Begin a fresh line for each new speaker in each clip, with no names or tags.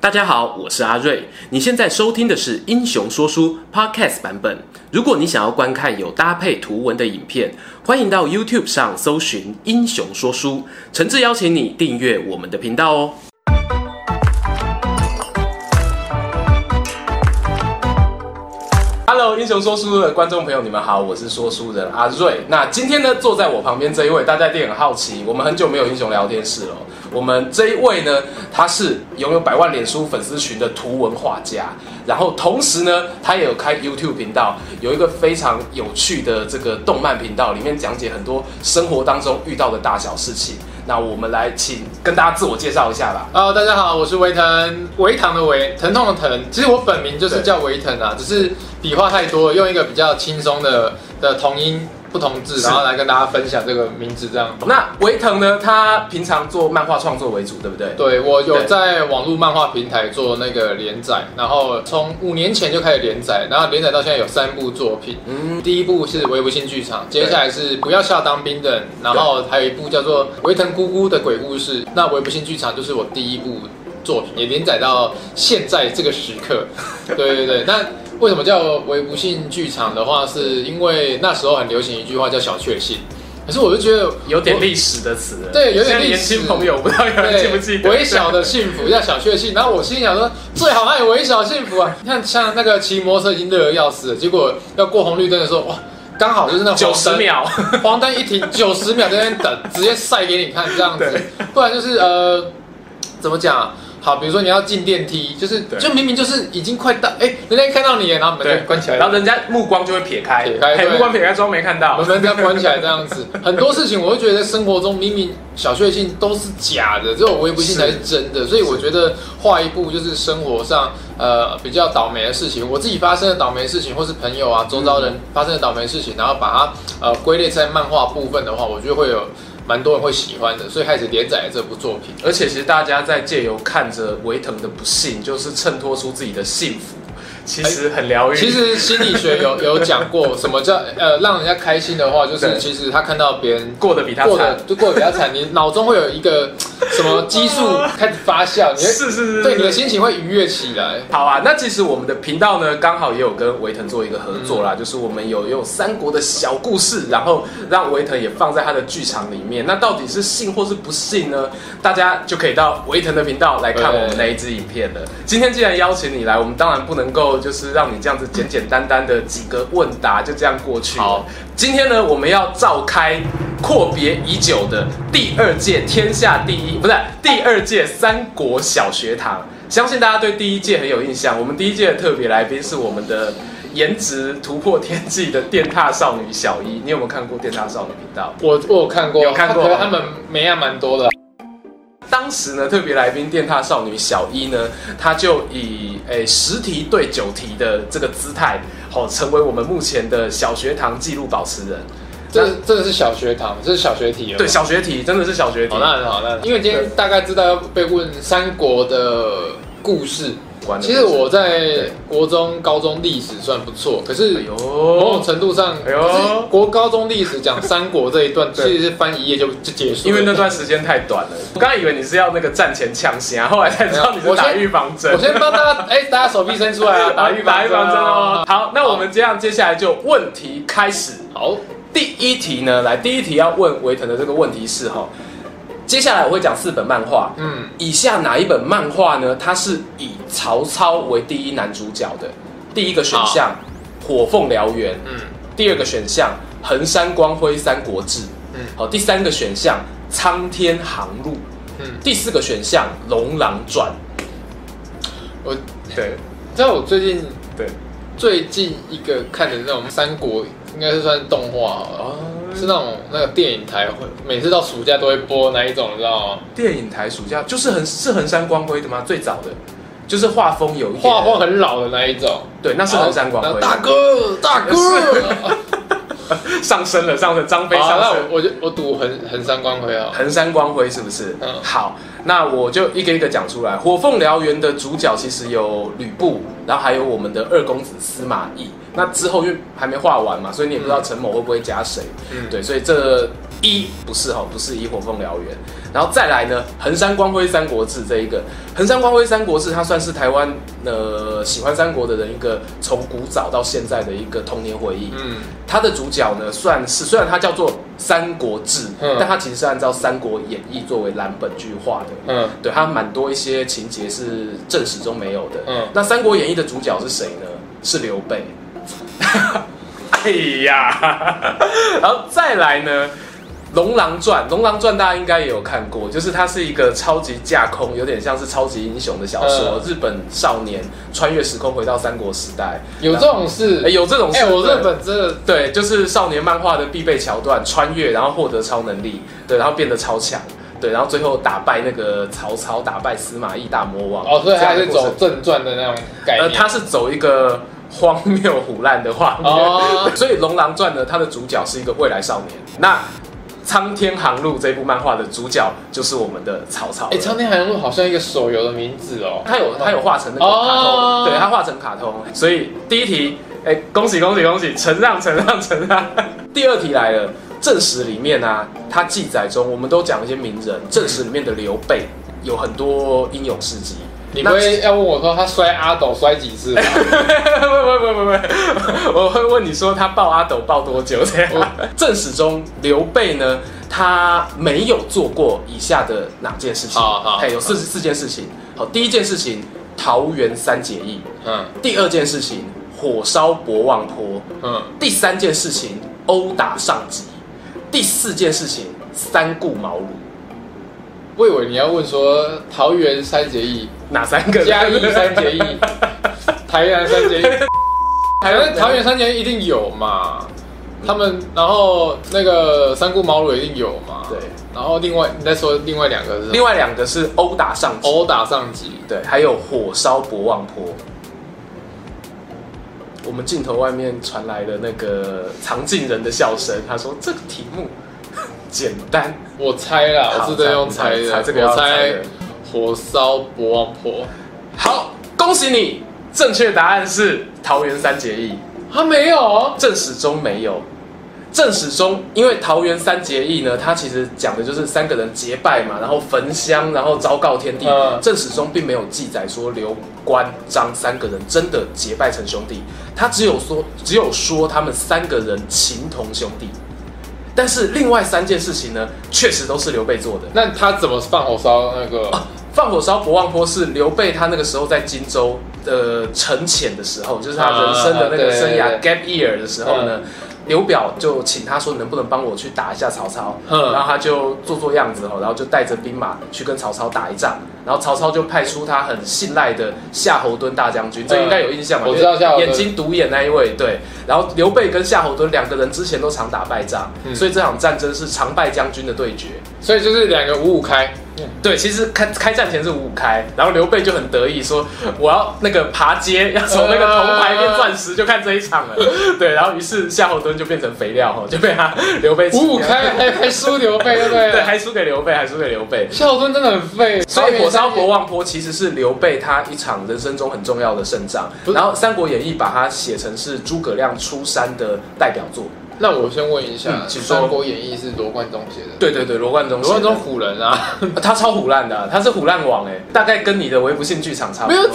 大家好，我是阿瑞。你现在收听的是《英雄说书》Podcast 版本。如果你想要观看有搭配图文的影片，欢迎到 YouTube 上搜寻《英雄说书》，诚挚邀请你订阅我们的频道哦。Hello，英雄说书的观众朋友，你们好，我是说书人阿瑞。那今天呢，坐在我旁边这一位，大家一定很好奇，我们很久没有英雄聊天室了哦。我们这一位呢，他是拥有百万脸书粉丝群的图文画家，然后同时呢，他也有开 YouTube 频道，有一个非常有趣的这个动漫频道，里面讲解很多生活当中遇到的大小事情。那我们来请跟大家自我介绍一下吧。
Hello，大家好，我是维腾，维糖的维，疼痛的疼。其实我本名就是叫维腾啊，只是笔画太多了，用一个比较轻松的的同音不同字，
是
然后来跟大家分享这个名字这样。
那维腾呢，他平常做漫画创作为主，对不对？
对我有
对
在网络漫画平台做那个连载，然后从五年前就开始连载，然后连载到现在有三部作品。
嗯，
第一部是《微不信剧场》，接下来是《不要笑当兵的人》，然后还有一部叫做《维腾姑姑的鬼故事》。那《微不信剧场》就是我第一部作品，也连载到现在这个时 刻。对对对，那为什么叫微不信剧场的话，是因为那时候很流行一句话叫小确幸，可是我就觉得
有点历史的词了，
对有点
现在
历
年
史
轻朋友不知道有人记不记得？
微 小的幸福叫小确幸，然后我心里想说，最好还有微小幸福啊！你看，像那个骑摩托车已经热得要死了，结果要过红绿灯的时候，哇，刚好就是那
九
黄
十
灯，
秒，
黄灯一 停，九十秒在那边等，直接晒给你看这样子
对，
不然就是呃，怎么讲啊、好，比如说你要进电梯，就是
对
就明明就是已经快到，哎、人家一看到你了，然后门
对
就关起来
然
了
后。人家目光就会撇开，
撇开
嘿
对
目光撇开装没看到
门。门要关起来这样子， 很多事情我会觉得生活中明明小确幸都是假的，这种我也不信才是真的。所以我觉得画一部就是生活上呃比较倒霉的事情，我自己发生的倒霉事情，或是朋友啊周遭人发生的倒霉事情，然后把它呃归类在漫画部分的话，我觉得会有蛮多人会喜欢的，所以开始连载了这部作品。
而且其实大家在借由看着维腾的不幸，就是衬托出自己的幸福，其实很疗愈。
哎其实心理学有有讲过，什么叫呃让人家开心的话，就
对
是其实他看到别人
过得比他
过
惨
得，就过得比较惨，你脑中会有一个什么激素开始发酵，你会
是是是，
哎对
是
你的心情会愉悦起来。
好啊，那其实我们的频道呢，刚好也有跟维腾做一个合作啦，就是我们有用三国的小故事，然后让维腾也放在他的剧场里面。那到底是信或是不信呢？大家就可以到维腾的频道来看我们那一支影片了。今天既然邀请你来，我们当然不能够就是让你这样子简简单单的几个问答就这样过去。
好，
今天呢，我们要召开阔别已久的第二届天下第一，不是第二届三国小学堂。相信大家对第一届很有印象，我们第一届的特别来宾是我们的颜值突破天际的电踏少女小一。你有没有看过电踏少女频道？
我我有看过，
有看过
他他们没啊蛮多的。
当时呢，特别来宾电踏少女小一呢，她就以诶十题对九题的这个姿态，好、成为我们目前的小学堂纪录保持人。
这真的是小学堂，这是小学题了。
对，小学题真的是小学题。
好哦那很好那很好，因为今天大概知道要被问三国的故事。
关的
其实我在
对
国中、高中历史算不错，可
哎
是某种
呦，
程度上，
哎呦
可是国高中历史讲三国这一段，
对
其实是翻一页就就结束了。
因为那段时间太短了，我刚才以为你是要那个战前呛虾，后来才知道你是
我先
打预防针
我。先帮大家，哎、大家手臂伸出来啊，
打预防针哦。。好，那
好
我们这样，接下来就问题开始。
好，
第一题呢，来，第一题要问维腾的这个问题是哈，接下来我会讲四本漫画，
嗯，
以下哪一本漫画呢？它是以曹操为第一男主角的？第一个选项《火凤燎原》，
嗯
第二个选项《衡山光辉三国志》，
嗯
好，第三个选项《苍天航路》，
嗯，
第四个选项《龙狼传
我》。
对
知道我最近
对
最近一个看的那种三国，应该是算动画好了，
哦，
是那种那个电影台会每次到暑假都会播那一种，你知道 吗？
电影台暑假就是很是衡山光辉的吗？最早的，就是画风有一点
画风很老的那一种。
对，那是衡山光
然
辉
后。大哥，大 哥。
上升了，上升，张飞
好，
上
那
升。
我我就我赌横横山光辉啊。
衡山光辉是不是？
嗯
好，那我就一个一个讲出来。火凤燎原的主角其实有吕布，然后还有我们的二公子司马懿。那之后因为还没画完嘛，所以你也不知道陈某会不会加谁。
嗯，
对，所以这一不是哈，不是以火凤燎原，然后再来呢，横山光辉《三国志》这一个，横山光辉《三国志》它算是台湾呃喜欢三国的人一个从古早到现在的一个童年回忆。
嗯，
它的主角呢，算是虽然它叫做《三国志》
嗯，
但它其实是按照《三国演义》作为蓝本去画的。
嗯，
对，它蛮多一些情节是正史中没有的。
嗯
那《三国演义》的主角是谁呢？是刘 备。哎呀， 然后再来呢，《龙狼传》，《龙狼传》大家应该也有看过，就是它是一个超级架空，有点像是超级英雄的小说，
嗯
日本少年穿越时空回到三国时代，
有这种事
哎，？有这种事
哎，我
对
日本真的
对，就是少年漫画的必备桥段，穿越，然后获得超能力，对，然后变得超强，对，然后最后打败那个曹操，打败司马懿大魔王。
哦，所以他
这
是
样的过
走
程，
正传的那种概
呃，
念。
他是走一个荒谬胡乱的画面。
哦
所以《龙狼传》呢，它的主角是一个未来少年。那《苍天航路》这部漫画的主角就是我们的曹操了。
哎，苍天寒露好像一个手游的名字哦。
他有他有画成那个卡通，
哦
对他画成卡通，所以第一题，哎、恭喜恭喜恭喜，承让承让承让。第二题来了，正史里面啊，它记载中我们都讲一些名人，正史里面的刘备有很多英勇事迹。
你不
那
会要问我说他摔阿斗摔几次 吧？
不不不不不，我会问你说他抱阿斗抱多久这
哦
样？正史中刘备呢，他没有做过以下的哪件事情？
好好
嘿有四四件事情。好，第一件事情，桃园三结义；
嗯
第二件事情，火烧博望坡；
嗯，
第三件事情，殴打上级；第四件事情，三顾茅庐。
我以为你要问说桃园三 结义、
哪三个？
嘉义三结 义、台南三结义，
台
反正桃园三结义一定有嘛。
嗯
他们，然后那个三顾茅庐一定有嘛。
对。
然后另外你再说另外两个是什
另
么
外两个是殴打上级，
殴打上级，
对，还有火烧博望坡。我们镜头外面传来了那个藏镜人的笑声，他说：“这个题目 简单，
我猜啦，
好
我是真的用猜
猜
的，
猜这个要
我
猜的
猜火烧博望坡，
好，恭喜你，正确答案是桃园三结义。
他啊没有，哦
正史中没有，正史中因为桃园三结义呢，它其实讲的就是三个人结拜嘛，然后焚香，然后昭告天地。
嗯
正史中并没有记载说刘关张三个人真的结拜成兄弟，他只有说只有说他们三个人情同兄弟。但是另外三件事情呢，确实都是刘备做的。
那他怎么放火烧那个？
哦 放火烧博望坡是刘备他那个时候在荆州呃沉潜的时候，就是他人生的那个生涯
啊
gap year 的时候
嗯
呢，刘表就请他说能不能帮我去打一下曹操，
嗯
然后他就做做样子哦，然后就带着兵马去跟曹操打一仗，然后曹操就派出他很信赖的夏侯惇大将军，这
嗯
应该有印象吧？
我知道夏侯惇
眼睛独眼那一位，对，然后刘备跟夏侯惇两个人之前都常打败仗，
嗯
所以这场战争是常败将军的对决。
所以就是两个五五开，
对，其实开开战前是五五开，然后刘备就很得意说：“我要那个爬阶，要从那个铜牌变钻石，就看这一场了。”对，然后于是夏侯惇就变成肥料哈，就被他刘备吃掉
五五开还 还输刘备，对不对？
对，还输给刘备，还输给刘备。
夏侯惇真的很废，
所以火烧博望坡其实是刘备他一场人生中很重要的胜仗，
不是
然后《三国演义》把它写成是诸葛亮出山的代表作。
那我先问一下，
嗯请说
三国演义》是罗贯中写的，
对对对，罗贯中
罗
写的，
贯中唬 人啊，
他超虎烂的啊、他是虎烂王哎、大概跟你的微不信剧场差不
没有
多。，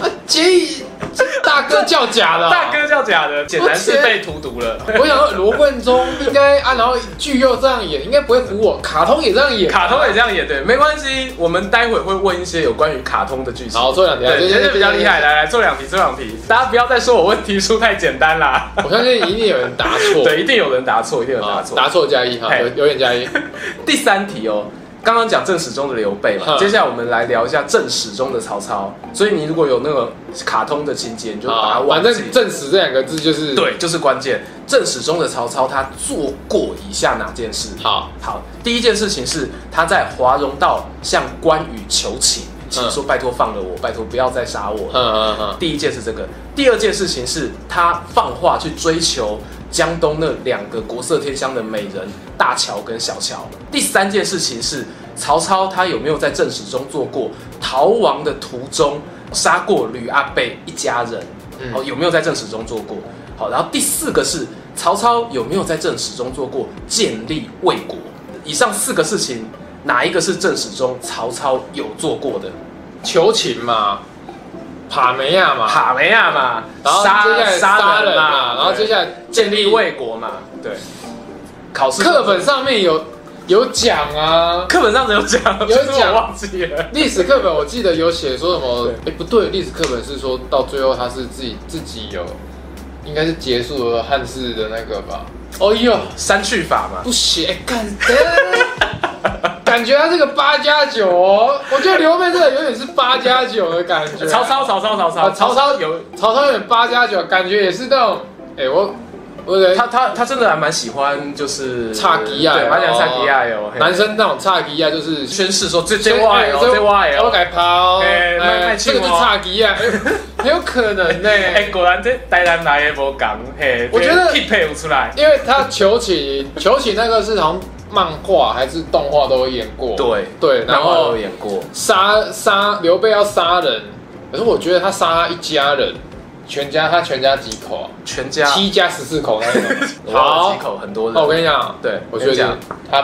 啊， 结义这大哥叫假的啊，
大哥叫假的，显然是被荼毒了。
我想说罗贯中应该啊，然后剧又这样演，应该不会唬我。卡通也这样演，
卡通也这样演，对，没关系，我们待会会问一些有关于卡通的剧情。
好，做两题，
对，
这
这
这
是比较厉害。。来来，做两题，做两题，大家不要再说我问题出太简单啦。
我相信一定有人答 错，
对，一定有人答错，一定有人答
啊，
错。
答错加一哈，
嘿
有有点加一。
第三题哦，刚刚讲正史中的刘备嘛，
嗯
接下来我们来聊一下正史中的曹操。所以你如果有那个卡通的情节，你就把它
好，
忘
啊反
记。
正“正史”这两个字就是。
对，就是关键。正史中的曹操他做过以下哪件事？
好，
好，第一件事情是他在华容道向关羽求情，请说拜托放了我，拜托不要再杀我。
嗯嗯嗯，
第一件是这个，第二件事情是他放话去追求江东那两个国色天香的美人大乔跟小乔。第三件事情是曹操他有没有在正史中做过逃亡的途中杀过吕阿贝一家人？
嗯
哦，有没有在正史中做过？好，然后第四个是曹操有没有在正史中做过建立魏国？以上四个事情，哪一个是正史中曹操有做过的？
求情嘛，帕梅亚嘛，
卡梅亚嘛，
然后
杀
接下来杀
人
人嘛，然后接下
来
来
建立魏国嘛，对。考试
课本上面有有讲啊，
课本上只有讲，
有
只是我
讲
忘记了。
历史课本我记得有写说什么
对？
哎，不对，历史课本是说到最后他是自己自己有，应该是结束了汉室的那个吧？哦哟，
删去法嘛，
不行，哎干的，感觉他这个八加九哦，我觉得刘备这个有点是八加九的感觉。
曹操，曹操，曹操，
啊曹操
有
曹操有点八加九，感觉也是那种，哎我我人
他他他真的还蛮喜欢，就是
差哦吉亚，
对，蛮喜欢差吉亚哟。嘿
男生那种差吉亚就是哎
宣誓说这这我爱哦，这我爱
我
哦。
改抛，
哎卖卖气
这个就
我
差吉亚，哎 很有可能呢，
哎，果然这台南来也无讲，嘿，
我觉得
匹配不出来。
因为他求起求起那个是好像漫画还是动画都有演过，
对
对，然
漫画
后
有演过，
杀杀刘备要杀人，可是我觉得他杀他一家人，全家他全家几口
全
啊？
家
七家十四口那
我
种。
忘了
好
几，口很多
哦那我跟
人。
你讲，啊
对
我觉
跟你
得
讲
他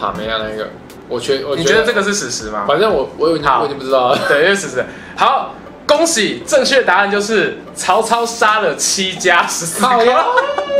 帕梅亚那个，我觉我
你觉得这个是史实吗？
反正我我已经
好
我已经不知道了。
对，就是史实。好，恭喜，正确答案就是曹操杀了七家十四
靠
口。
呀！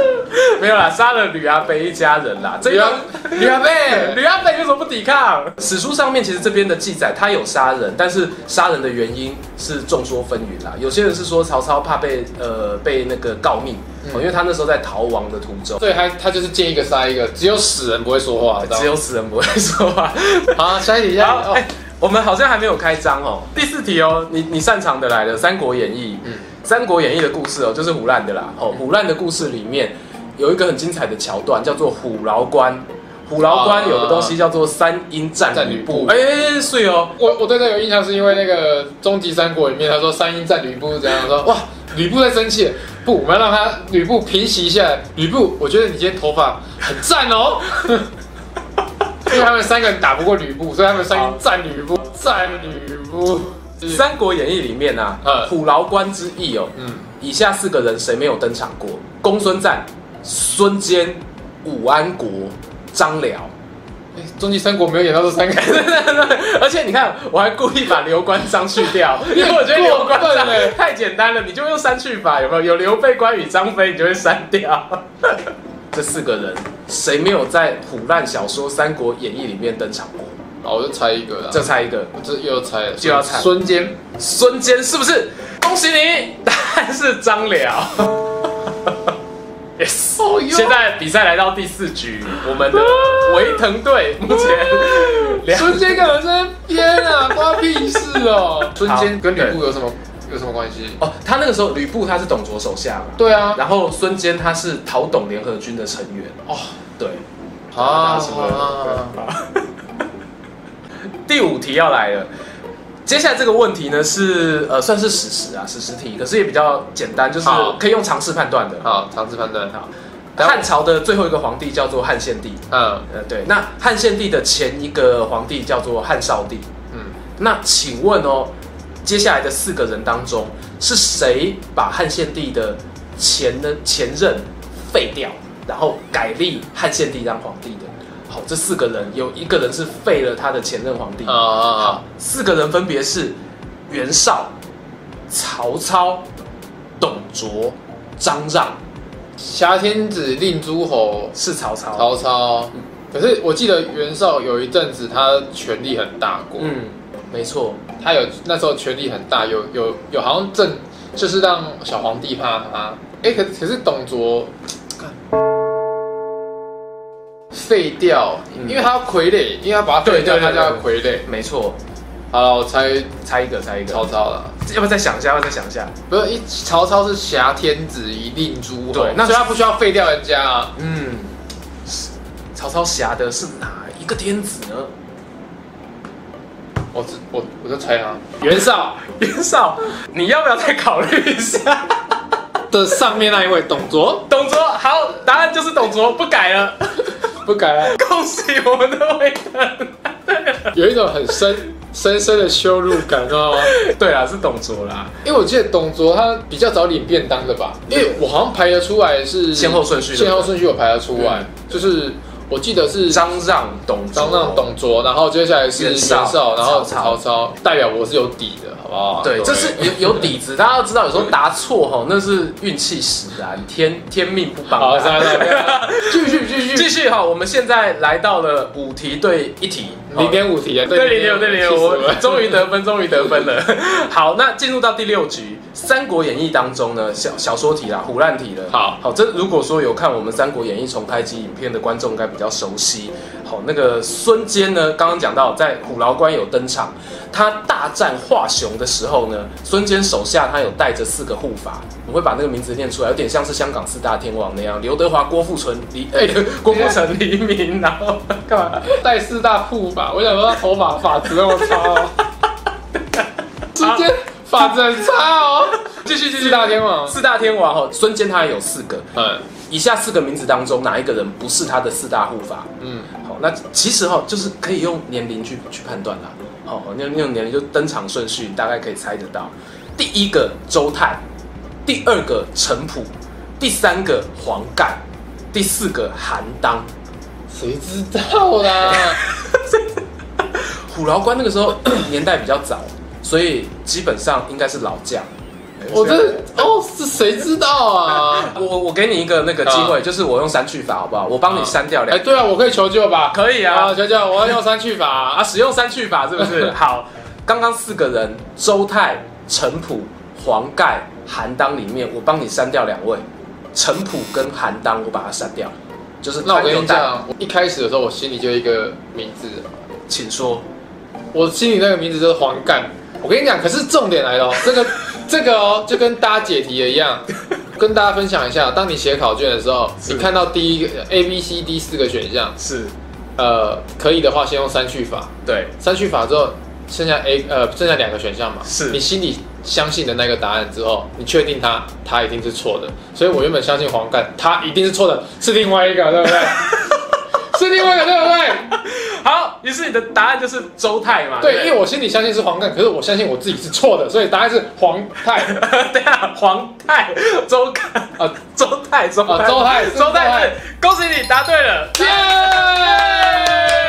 没有啦，杀了吕阿北一家人啦。这
吕
一
阿
段
吕阿贝，
吕阿北有什么不抵抗？史书上面其实这边的记载，他有杀人，但是杀人的原因是众说纷纭啦。有些人是说曹操怕被呃被那个告密、
嗯
哦，因为他那时候在逃亡的途中，
所以他他就是见一个杀一个，只有死人不会说话，
只
有
有死人不会说话。
好，下一题下一题
好，哎、
哦
我们好像还没有开张哦。第四题哦，你你擅长的来了，《三国演义》。
嗯
《三国演义》的故事哦，就是虎烂的啦。哦，虎烂的故事里面有一个很精彩的桥段，叫做虎牢关。虎牢关有个东西叫做三英战
啊战
吕
吕
布
布，
哎，是哦。
我我对这有印象，是因为那个《终极三国》里面，他说三英战吕布是怎样，我说哇，吕布在生气了，不，我们要让他吕布平息一下来。吕布，我觉得你今天头发很赞哦，因为他们三个人打不过吕布，所以他们三英战吕布，战吕布。
《三国演义》里面啊
嗯，
虎牢关之役哦，
嗯，
以下四个人谁没有登场过？公孙瓒、孙坚、武安国、张辽。
哎《终极三国》没有演到这三个，
而且你看，我还故意把刘关张去掉，因为我觉得刘关
过分了
张太简单了，你就用删去法，有没有？有刘备、关羽、张飞，你就会删掉。这四个人谁没有在虎烂小说《三国演义》里面登场过？
好，我就猜一个啦，
就猜一个，
我这又猜了，
就要猜
孙坚。
孙坚是不是？恭喜你，答案是张辽。yes。
哦哟
现在比赛来到第四局，我们的维腾队目前两
孙坚可能在编啊，关屁事哦。孙坚跟吕布有什么有什么关系？
哦，他那个时候吕布他是董卓手下嘛，
对啊，
然后孙坚他是讨董联合军的成员，
哦，
对。
啊
什么？ 第五题要来了，接下来这个问题呢是呃算是史实啊，史实题，可是也比较简单，就是
好
可以用常识判断的。
好，常识判断好。
汉朝的最后一个皇帝叫做汉献帝，
嗯
呃对，那汉献帝的前一个皇帝叫做汉少帝。
嗯，
那请问哦，接下来的四个人当中，是谁把汉献帝的前的前任废掉，然后改立汉献帝当皇帝的？好，这四个人有一个人是废了他的前任皇帝。
啊啊
好，四个人分别是袁绍、曹操、董卓、张让，
挟天子令诸侯，
是曹操。
曹操。可是我记得袁绍有一阵子他权力很大过，
嗯，没错，
他有那时候权力很大，有有有好像正就是让小皇帝怕他。哎，可可是董卓，干废掉，
嗯
因为他要傀儡，因为他把他废掉，
对对对
他就要傀儡。
没错。
好了，我猜
猜一个，猜一个。
曹操了。
要不要再想一下？要不要再想一下？
不是，一曹操是挟天子以令诸侯，
对那
那所以他不需要废掉人家啊。
嗯，曹操挟的是哪一个天子呢？
我只我我就猜啊，袁绍
袁绍，你要不要再考虑一 下？
的上面那一位董 卓
董卓，好，答案就是董卓，不改 了。啊
不改了，
恭喜我们的魏腾，
有一种很深 深深的羞辱感，知道吗？
对啊啦，是董卓啦，
因为我记得董卓他比较早领便当的吧，因为我好像排得出来是
嗯先后顺序
先后顺序我排得出来，就是我记得是
张让、董卓
张让、董卓，然后接下来是
袁
袁
绍
绍，然后
曹操
曹操，代表我是有底的，好不好？
对，这是有有底子，大家要知道，有时候答错吼，那是运气使然，天天命不帮
好，
啊。
再来，继续继 续
继续哈，我们现在来到了五题对一题，
零点五题啊，
对零点五对零点五，我终
于
于得分，终于得分了。 好，那进入到第六局《三国演义》当中呢，小小说题啦，胡乱题了。
好
好，这如果说有看我们《三国演义》重开机影片的观众，应该比较熟悉。好，那个孙坚呢，刚刚讲到在虎牢关有登场，他大战华雄的时候呢，孙坚手下他有带着四个护法，我会把那个名字念出来，有点像是香港四大天王那样，刘德华、郭富城、黎，哎、 郭富城、黎明，然后 干嘛？
带四大护法，我想说他头发发质那么差 哦，直接发质很差哦，
啊继续继续，
四大天王，
四大天王哦，孙坚他也有四个，
嗯
以下四个名字当中哪一个人不是他的四大护法？
嗯，
好，那其实哈、就是可以用年龄去去判断啦。哦，那那种年龄就登场顺序，你大概可以猜得到。第一个周泰，第二个陈普，第三个黄盖，第四个韩当。
谁知道 啦？
虎牢关那个时候 年代比较早，所以基本上应该是老将。
我这哦，是谁知道啊？
我我给你一个那个机会，就是我用删去法好不好？我帮你删掉两
哎，啊对啊，我可以求救吧？
可以啊
啊，求救，我要用三去
啊，
法。
使用删去法是不是？ 好，刚刚四个人，周泰、陈普、黄盖、韩当里面，我帮你删掉两位，陈普跟韩当，我把它删掉，就是
那我跟你
潘友代，
讲，我一开始的时候我心里就有一个名字，
请说，
我心里那个名字就是黄干。我跟你讲，可是重点来 了哦，这个这个哦，就跟大家解题的一样，跟大家分享一下，当你写考卷的时候，
是
你看到第一个 A、B、C、D 四个选项，
是
呃，可以的话先用删去法，
对，
删去法之后，剩下 A 呃剩下两个选项嘛，
是
你心里相信的那个答案之后，你确定它它一定是错的，所以我原本相信黄干它一定是错的，是另外一个 对不对？是另外一个对不对？
好，于是你的答案就是周泰嘛，
对，因为
为
我心里相信是黄干，可是我相信我自己是错的，所以答案是黄 泰
对啊，黄泰、周盖、
啊，
周泰、周
啊周泰是
周
周泰
泰是，恭喜你答对了。
耶！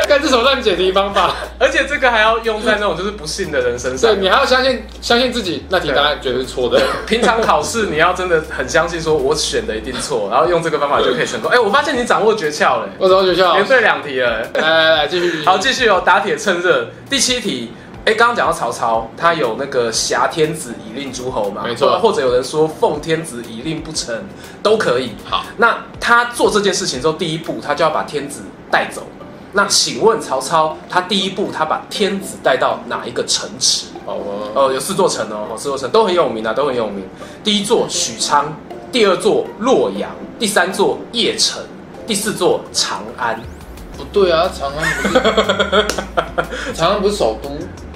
干这什么烂解题方法？
而且这个还要用在那种就是不幸的人身上
对，你还要相信相信自己，那题答案绝对是错的。
平常考试你要真的很相信，说我选的一定错，然后用这个方法就可以成功。哎、我发现你掌握诀窍了、欸
我走学校，
连
来
对两题了。
来来，继续继续。
好，继续哦，打铁趁热。第七题，哎，刚刚讲到曹操，他有那个挟天子以令诸侯嘛，
没错
或者有人说奉天子以令不臣，都可以。
好，
那他做这件事情之后，第一步他就要把天子带走。那请问曹操，他第一步他把天子带到哪一个城池？
好哦，
哦，有四座城哦，哦四座城都很有名啊，都很有名。第一座许昌，第二座洛阳，第三座邺城，第四座长安。
不对啊，长安不 是长安不是首都，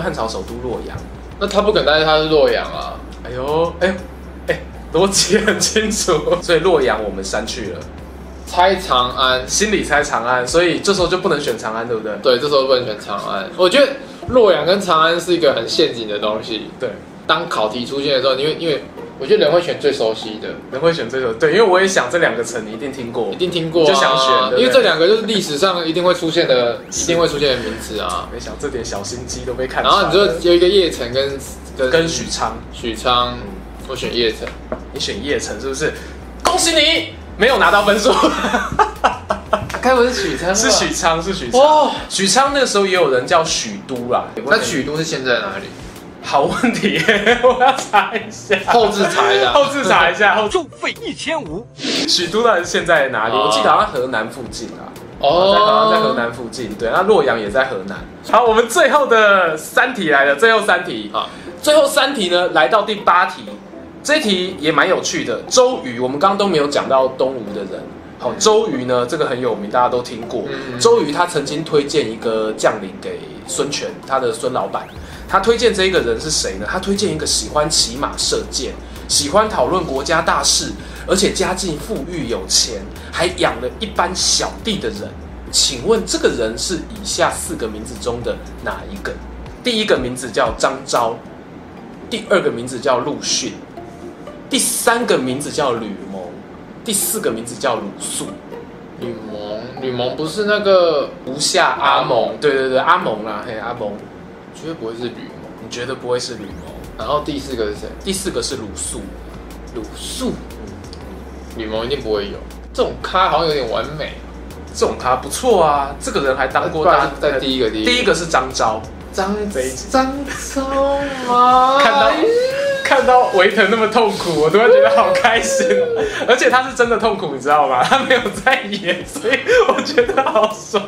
汉朝首都洛阳。
那他不肯待，他是洛阳啊。
哎呦，哎呦，哎，逻辑很清楚。所以洛阳我们删去了，
猜长安，
心里猜长安，所以这时候就不能选长安，对不对？
对，这时候不能选长安。我觉得洛阳跟长安是一个很陷阱的东西。
对，
当考题出现的时候，因为因为我觉得人会选最熟悉的，
能会选这首？对，因为我也想这两个城你一定听过
一。定听过、啊，
就想选对不对
因为这两个就是历史上一定会出现的，一定会出现的名字啊。
没想到这点小心机都被看
然后你
穿
就
了
有一个邺城跟跟
跟许昌，
许昌，我选邺城。
你选邺城是不是？恭喜你没有拿到分数。
该不是许昌
是许昌，是许昌。
哦
许昌那个时候也有人叫许都啦。
那许都是现在哪里？
好问题， 我要查一下。
后置啊查一 下
后置查一 下。后
就费一千五。
许都到底是现在哪里？
哦
我记得好像河南附近啊。
哦
在好像在河南附近，对，那洛阳也在河南。好，我们最后的三题来了，最后三题。
好，
最后三题呢，来到第八题，这一题也蛮有趣的。周瑜，我们刚刚都没有讲到东吴的人。好，周瑜呢，这个很有名，大家都听过。
嗯
周瑜他曾经推荐一个将领给孙权，他的孙老板。他推荐这一个人是谁呢？他推荐一个喜欢骑马射箭，喜欢讨论国家大事，而且家境富裕有钱，还养了一班小弟的人。请问这个人是以下四个名字中的哪一个？第一个名字叫张昭，第二个名字叫陆逊，第三个名字叫吕蒙，第四个名字叫鲁肃。
吕蒙，吕蒙不是那个，
吴下阿蒙，对对对，阿蒙啦，嘿，阿蒙，
绝对不会是吕蒙。
你觉得不会是吕蒙？
然后第四个是谁？
第四个是鲁肃，
鲁肃。吕蒙一定不会有，这种咖好像有点完美。
这种咖不错啊，这个人还当过
不然
大
是在第一个第一个
第一个是张昭，
张
这一集
张啊昭吗？
看到看到维腾那么痛苦，我突然觉得好开 心哦，而且他是真的痛苦，你知道吗？他没有在演，所以我觉得好爽。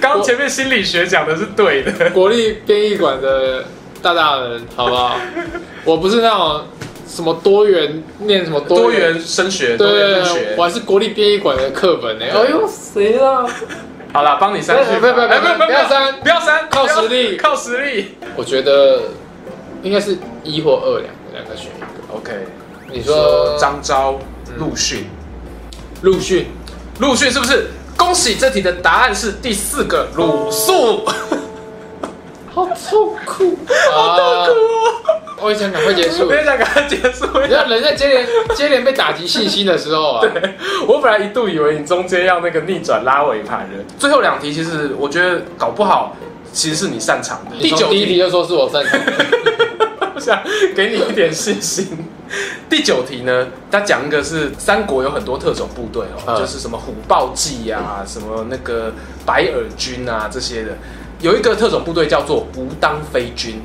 刚刚前面心理学讲的是对的，
国立编译馆的大大人，好不好？ 我不是那种什么多元念什么
多
多
元升学，多元入
对，
学
我。还是国立编译馆的课本呢。哎呦，谁啊？
好了，帮你删去吧，
不要不要不要
哎
不要删
不要删，
靠实 力
靠实力。
我觉得应该是一或二两个，两个选一个。
OK，
你
你说
说张
张昭、陆逊，
陆逊，
陆逊是不是？恭喜这题的答案是第四个鲁肃，
哦 好痛苦，好
啊
痛苦。我也想赶快结 束
我。也想赶快结束。
你 知道人在接连接连被打击信心的时候啊，
我本来一度以为你中间要那个逆转拉尾盘的，最后两题其实我觉得搞不好其实是你擅长的。
你
第
从
九
第一题
题，
就说是我擅长的，
我想给你一点信心。第九题呢，他讲一个是三国有很多特种部队哦，
嗯
就是什么虎豹骑啊，什么那个白耳军啊这些的，有一个特种部队叫做吴当飞军。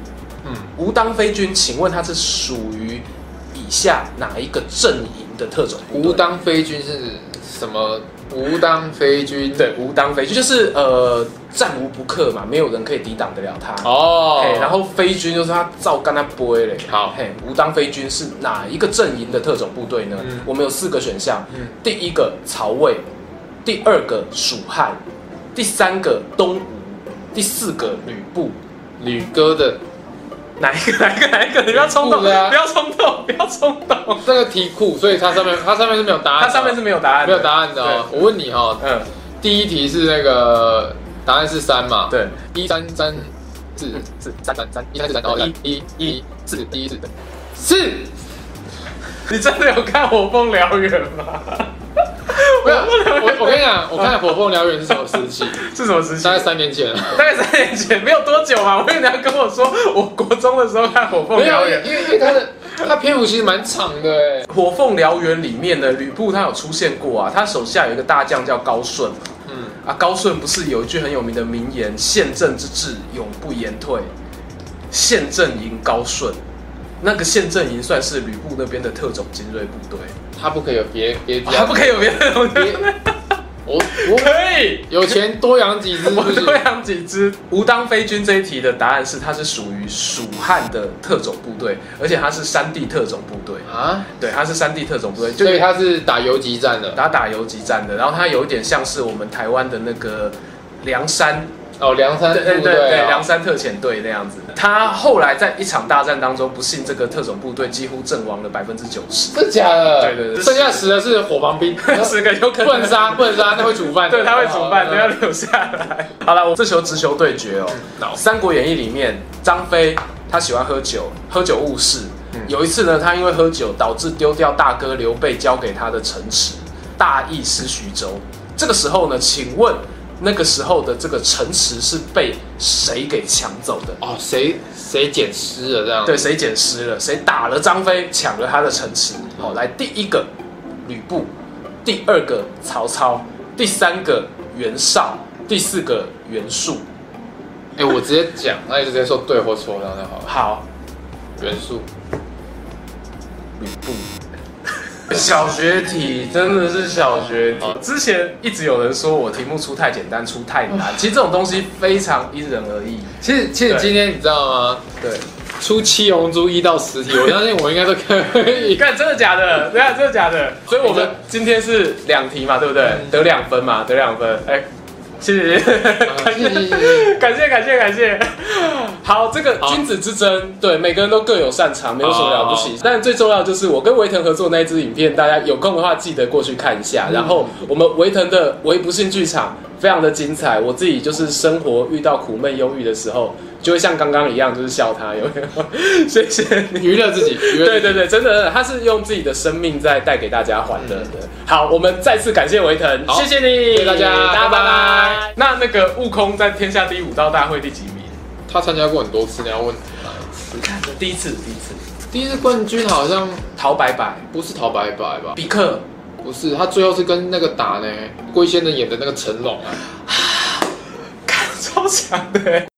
嗯，
吴当飞军，请问他是属于以下哪一个阵营的特种部队？
吴当飞军是什么？吴当飞军，
对，吴当飞军就是呃战无不克嘛，没有人可以抵挡得了他。
哦
嘿，然后飞军就是他照干他不会嘞。
好
嘿，吴当飞军是哪一个阵营的特种部队呢？
嗯
我们有四个选项，
嗯
第一个曹魏，第二个蜀汉，第三个东吴，第四个吕布。
吕哥的
哪一个？哪 一个？哪一个？你不要冲动，
吕布的啊
不要冲动， 不要冲动。
这个题库，所以它上面它上面是没有答案的，
它上面是没有答案的，
没有答案的哦。我问你哦，
对。嗯，
第一题是那个答案是三嘛？，
对。
一三三四
是
三三三一三四三，哦一一一四第一次四，
你真的有看《火凤燎原》吗？
没有我我跟你讲，我看《火凤燎原》是什么时期？
是什么时期？
大概三年前了。
大概三年前，没有多久嘛。我以为你要跟我说，我国中的时候看《火凤
没有，
燎
因
原》。
为因为它的它篇幅其实蛮长的哎。
《火凤燎原》里面呢，吕布他有出现过啊，他手下有一个大将叫高顺嘛
嗯，
啊，高顺不是有一句很有名的名言：“宪政之治，永不言退。”宪政营高顺，那个宪政营算是吕布那边的特种精锐部队，
它不可以有别别
还不可以有别的东西
别。我 我
可以，
有钱多养几只
我
不 行
多养几只。吴当飞军这一题的答案是，它是属于蜀汉的特种部队，而且它是山地特种部队。
啊？
对，它是山地特种部队，就
所以它是打游击战的
打打游击战的。然后它有一点像是我们台湾的那个梁山，
哦，梁山
对对
部
对
队
对，哦
啊
梁。山特遣队那样子。他后来在一场大战当中，不幸这个特种部队几乎阵亡了百分之九十，
真假的？
对对对
剩下十的是火旁兵，
十个有可
不
能
能杀，不能杀，那会煮饭的。
对，他会煮饭，
哦
都要留下来。 好了，我这球直球对决哦。
嗯好
《三国演义》里面，张飞他喜欢喝酒，喝酒误事。有一次呢，他因为喝酒导致丢掉大哥刘备交给他的城池，大意失徐州。这个时候呢，请问那个时候的这个城池是被谁给抢走的？
哦，谁谁捡尸了这样？
对，，谁捡尸了？谁打了张飞，抢了他的城池？好，来，第一个吕布，第二个曹操，第三个袁绍，第四个袁术。
哎，我直接讲，那你就直接说对或错，这样就好了。
好，
元素，
吕布。小学题真的是小学题
好。
之前一直有人说我题目出太简单，出太难。其实这种东西非常因人而异。
其实其实
对
今天你知道吗？
对，
出七龙珠一到十题，我相信我应该都可
你
以。
看真的假的？对啊，真的假的？ 所以我们今天是两题嘛，对不对？得两分嘛，得两分。哎，谢嗯谢。
啊谢谢谢 谢
感谢感谢感 谢。好，这个君子之争，对每个人都各有擅长，没有什么了不
好
起。但最重要就是我跟维腾合作那一支影片，大家有空的话记得过去看一下。然后我们维腾的《唯不幸剧场》非常的精彩，我自己就是生活遇到苦闷忧郁的时候，就会像刚刚一样，就是笑他有没有？ 谢谢你。
娱乐自己，娱乐
对
自己
对对，真的，他是用自己的生命在带给大家欢乐的。好，我们再次感谢维腾，
嗯好
谢谢你，
谢谢大家
大家拜
拜
拜
拜。
那那个悟空在天下第五道大会第几名？
他参加过很多次，你要问
第一次，第一次，
第一次冠军好像
陶白白、
不是陶白白吧？
比克，
不是，他最后是跟那个打呢，龟仙人演的那个成龙啊。
看超强的欸。